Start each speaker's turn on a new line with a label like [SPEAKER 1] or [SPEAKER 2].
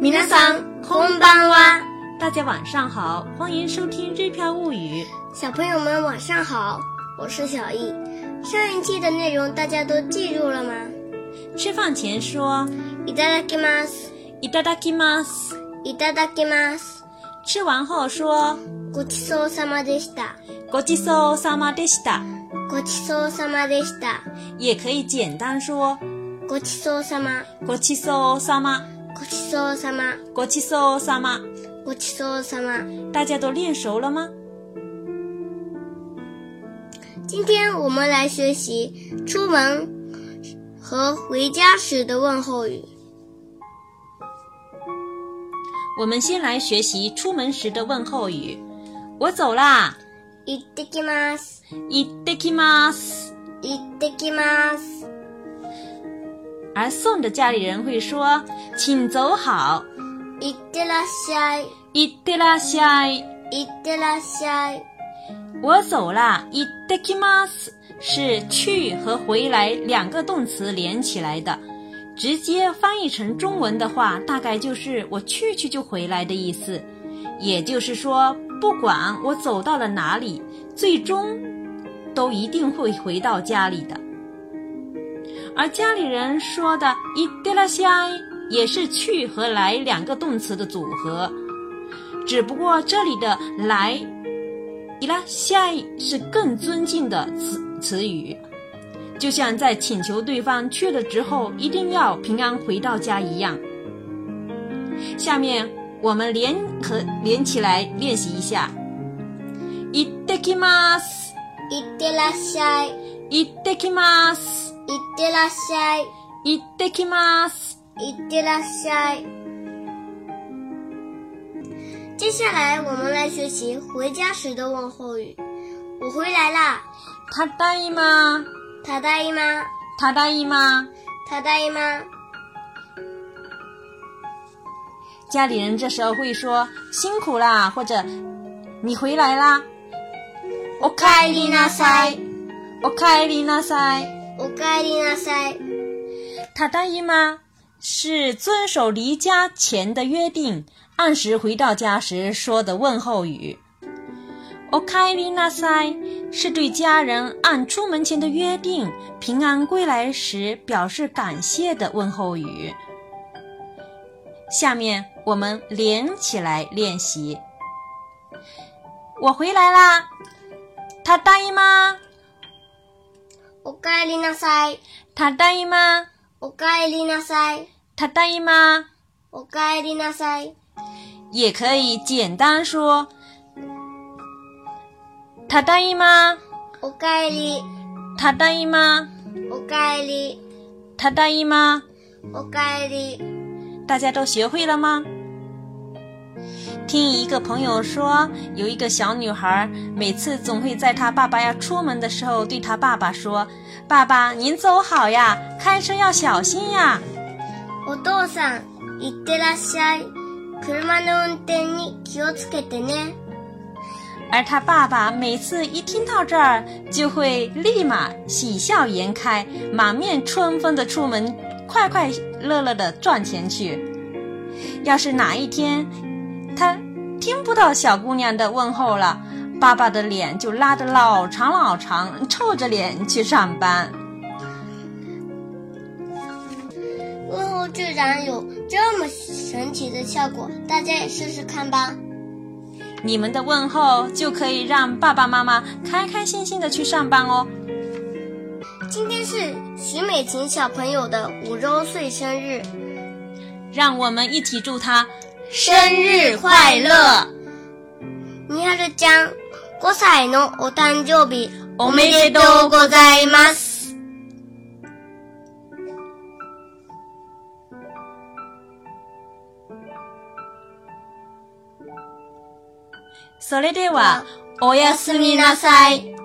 [SPEAKER 1] 皆さんこんばんは。
[SPEAKER 2] 大家晚上好，欢迎收听《日飘物语》。
[SPEAKER 1] 小朋友们晚上好，我是小易。上一期的内容大家都记住了吗？
[SPEAKER 2] 吃饭前说
[SPEAKER 1] いただきます。
[SPEAKER 2] “いただきます
[SPEAKER 1] いただきます。”，
[SPEAKER 2] 吃完后说
[SPEAKER 1] ごちそうさまでした。
[SPEAKER 2] “ごちそうさまでした
[SPEAKER 1] ごちそうさまでした。”，
[SPEAKER 2] 也可以简单说
[SPEAKER 1] ごちそうさま。
[SPEAKER 2] “ごちそうさま
[SPEAKER 1] ごちそうさま。”。
[SPEAKER 2] ごちそうさま，
[SPEAKER 1] ごちそうさま。
[SPEAKER 2] 大家都练熟了吗？
[SPEAKER 1] 今天我们来学习出门和回家时的问候语。
[SPEAKER 2] 我们先来学习出门时的问候语。我走啦，
[SPEAKER 1] 行ってきます。
[SPEAKER 2] いってきます。
[SPEAKER 1] 行ってきます。
[SPEAKER 2] 而送的家里人会说，请走好，
[SPEAKER 1] 行ってらっしゃい。
[SPEAKER 2] いってらっしゃい。
[SPEAKER 1] 行ってらっしゃい。
[SPEAKER 2] 我走啦，いってきます是去和回来两个动词连起来的，直接翻译成中文的话，大概就是我去去就回来的意思。也就是说，不管我走到了哪里，最终都一定会回到家里的。而家里人说的いってらっしゃい也是去和来两个动词的组合，只不过这里的来伊拉下一是更尊敬的词词语，就像在请求对方去了之后一定要平安回到家一样。下面我们连和连起来练习一下。いってきます。
[SPEAKER 1] 行ってらっしゃい。行
[SPEAKER 2] いってきます。
[SPEAKER 1] ってらっしゃい。
[SPEAKER 2] いってきます。
[SPEAKER 1] 行ってらっしゃい。接下来我们来学习回家时的问候语。我回来啦。
[SPEAKER 2] ただいま。
[SPEAKER 1] ただいま。
[SPEAKER 2] ただいま。
[SPEAKER 1] ただいま。
[SPEAKER 2] 家里人这时候会说辛苦啦，或者你回来啦。おかえりなさい。おかえりなさい。
[SPEAKER 1] おかえりなさい。
[SPEAKER 2] 塔达姨妈是遵守离家前的约定，按时回到家时说的问候语。おかえりなさい是对家人按出门前的约定平安归来时表示感谢的问候语。下面我们连起来练习。我回来啦，塔达姨妈，
[SPEAKER 1] おかえりなさい。
[SPEAKER 2] 塔达姨妈，
[SPEAKER 1] おかえりなさい。
[SPEAKER 2] 塔达姨妈。
[SPEAKER 1] おかえりなさい。
[SPEAKER 2] 也可以简单说“ただいま”“
[SPEAKER 1] おかえり。
[SPEAKER 2] ただいま”“
[SPEAKER 1] おかえり。
[SPEAKER 2] ただいま
[SPEAKER 1] おかえり。”，
[SPEAKER 2] 大家都学会了吗？听一个朋友说，有一个小女孩，每次总会在她爸爸要出门的时候，对她爸爸说：“爸爸，您走好呀，开车要小心呀。
[SPEAKER 1] お父さん、いってらっしゃい。車の運転に気をつけてね。”
[SPEAKER 2] 而她爸爸每次一听到这儿，就会立马喜笑颜开，满面春风的出门，快快乐乐的赚钱去。要是哪一天他听不到小姑娘的问候了，爸爸的脸就拉得老长老长，臭着脸去上班。
[SPEAKER 1] 问候居然有这么神奇的效果，大家也试试看吧。
[SPEAKER 2] 你们的问候就可以让爸爸妈妈开开心心的去上班哦。
[SPEAKER 1] 今天是徐美琴小朋友的五周岁生日，
[SPEAKER 2] 让我们一起祝她
[SPEAKER 1] 生日快乐！みはるちゃん、5歳のお誕生日、おめでとうございます。
[SPEAKER 2] それでは、おやすみなさい。
[SPEAKER 1] さい。